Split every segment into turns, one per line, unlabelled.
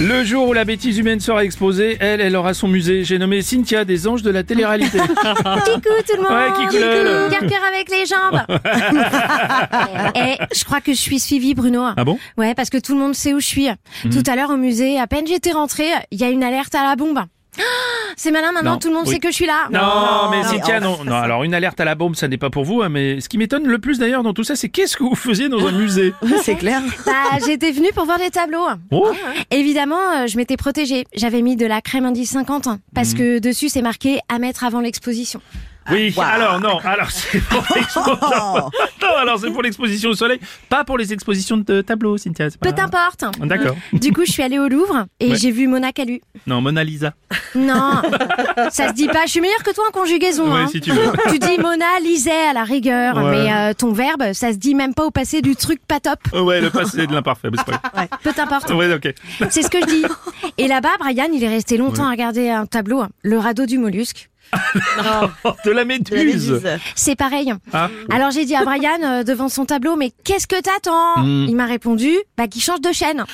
Le jour où la bêtise humaine sera exposée, elle, elle aura son musée. J'ai nommé Cynthia des anges de la télé-réalité.
Kikou tout le
Ouais,
monde
kikou, le-
Carpire avec les jambes Et je crois que je suis suivie, Bruno.
Ah bon Mhm.
Ouais, parce que tout le monde sait où je suis. Tout à l'heure au musée, à peine j'étais rentrée, il y a une alerte à la bombe. Ah, C'est malin, maintenant
Non,
tout le monde
oui.
sait que je suis là.
Non, Ah, mais
Non,
Cynthia, non. Non, alors une alerte à la bombe, ça n'est pas pour vous, hein, mais ce qui m'étonne le plus d'ailleurs dans tout ça, c'est qu'est-ce que vous faisiez dans un musée
C'est clair.
Bah, j'étais venue pour voir des tableaux.
Oh
Évidemment, euh, je m'étais protégée. J'avais mis de la crème indice 50 hein,
Mhm.
parce que dessus c'est marqué à mettre avant l'exposition.
Oui,
wow.
alors non, alors c'est pour l'exposition. Non, alors c'est pour l'exposition au soleil, pas pour les expositions de tableaux, Cynthia. c'est
Peu
pas-
importe.
Ah. D'accord.
Du coup, je suis allée au Louvre et
Ouais.
j'ai vu Mona Calu.
Non, Mona Lisa.
Non, ça se dit pas. Je suis meilleure que toi en conjugaison.
Ouais,
hein.
si tu veux.
Tu dis Mona lisait à la rigueur,
Ouais.
mais euh, ton verbe, ça se dit même pas au passé du truc pas top.
Oh, ouais, le passé de l'imparfait, mais c'est pas grave.
Peu importe.
Ouais, ok.
C'est ce que je dis. Et là-bas, Brian, il est resté longtemps à regarder un tableau, hein, le radeau du mollusque.
Oh, de la méduse.
C'est pareil.
Ah.
Alors j'ai dit à Brian euh, devant son tableau, mais qu'est-ce que t'attends
Mm.
Il m'a répondu, bah qu'il change de chaîne.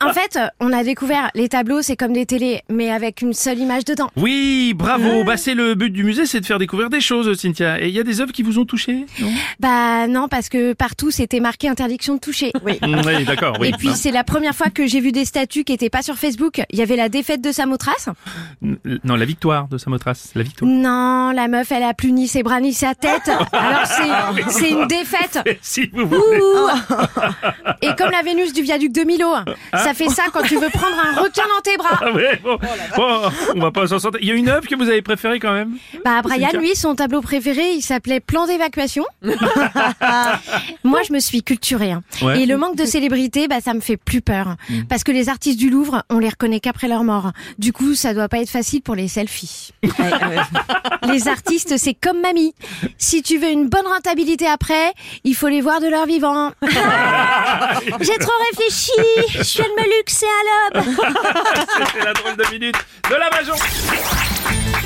en fait, euh, on a découvert les tableaux, c'est comme des télés, mais avec une seule image dedans.
Oui, bravo. Bah, c'est le but du musée, c'est de faire découvrir des choses, Cynthia. Et il y a des œuvres qui vous ont touché non
Bah non, parce que partout c'était marqué interdiction de toucher.
Oui, d'accord. Oui. hein.
Et puis c'est la première fois que j'ai vu des statues qui étaient pas sur Facebook. Il y avait la défaite de Samothrace.
N- Non, la victoire de Samothrace, la victoire.
Non, la meuf, elle a plus ni ses bras ni sa tête. Alors
Ah,
c'est c'est une défaite.
si vous
Ouh.
voulez.
Et comme la Vénus du viaduc de Milo, hein,
Hein
ça fait ça quand tu veux prendre un requin dans tes bras.
Ah ouais,
Oh,
bon, Bon, on va pas s'en sortir. Il y a une œuvre que vous avez préférée quand même
Bah Brian,
Cynthia.
lui, son tableau préféré, il s'appelait Plan d'évacuation. Moi, je me suis culturée. hein.
Ouais.
Et le manque de célébrité, bah, ça me fait plus peur. Parce que les artistes du Louvre, on les reconnaît qu'après leur mort. Du coup, ça doit pas être facile pour les selfies. les artistes, c'est comme mamie. Si tu veux une bonne rentabilité après, il faut les voir de leur vivant. J'ai trop réfléchi. Je suis me luxer à l'aube.
C'était la drôle de minute de la Bajon.